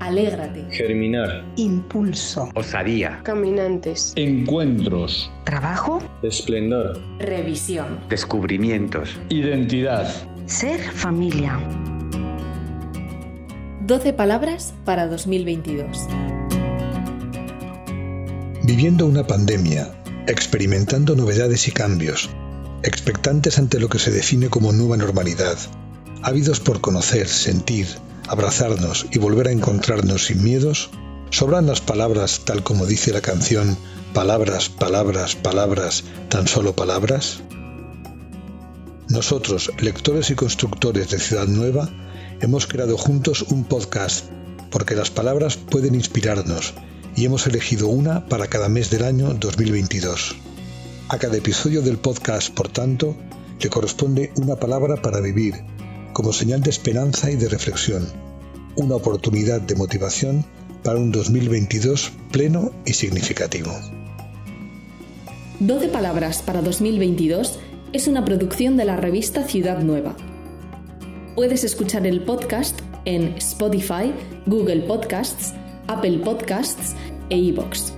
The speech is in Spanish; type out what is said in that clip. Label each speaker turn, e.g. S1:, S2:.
S1: Alégrate.
S2: Germinar.
S3: Impulso.
S4: Osadía.
S5: Caminantes.
S6: Encuentros.
S3: Trabajo.
S2: Esplendor.
S1: Revisión.
S4: Descubrimientos.
S6: Identidad.
S3: Ser familia.
S1: 12 palabras para 2022.
S7: Viviendo una pandemia, experimentando novedades y cambios, expectantes ante lo que se define como nueva normalidad, ávidos por conocer, sentir, abrazarnos y volver a encontrarnos sin miedos, sobran las palabras tal como dice la canción, palabras, palabras, palabras, tan solo palabras. Nosotros, lectores y constructores de Ciudad Nueva, hemos creado juntos un podcast porque las palabras pueden inspirarnos y hemos elegido una para cada mes del año 2022. A cada episodio del podcast, por tanto, le corresponde una palabra para vivir, como señal de esperanza y de reflexión, una oportunidad de motivación para un 2022 pleno y significativo.
S1: 12 Palabras para 2022 es una producción de la revista Ciudad Nueva. Puedes escuchar el podcast en Spotify, Google Podcasts, Apple Podcasts e iBox.